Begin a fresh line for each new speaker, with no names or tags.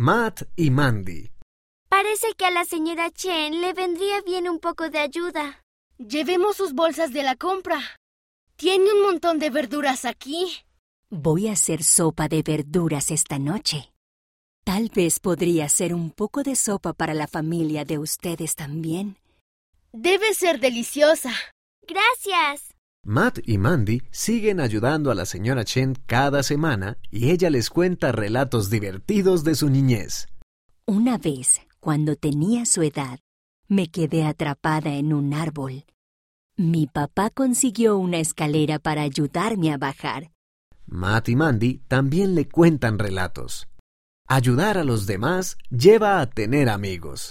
Matt y Mandy.
Parece que a la señora Chen le vendría bien un poco de ayuda.
Llevemos sus bolsas de la compra. Tiene un montón de verduras aquí.
Voy a hacer sopa de verduras esta noche. Tal vez podría ser un poco de sopa para la familia de ustedes también.
Debe ser deliciosa.
Gracias.
Matt y Mandy siguen ayudando a la señora Chen cada semana y ella les cuenta relatos divertidos de su niñez.
Una vez, cuando tenía su edad, me quedé atrapada en un árbol. Mi papá consiguió una escalera para ayudarme a bajar.
Matt y Mandy también le cuentan relatos. Ayudar a los demás lleva a tener amigos.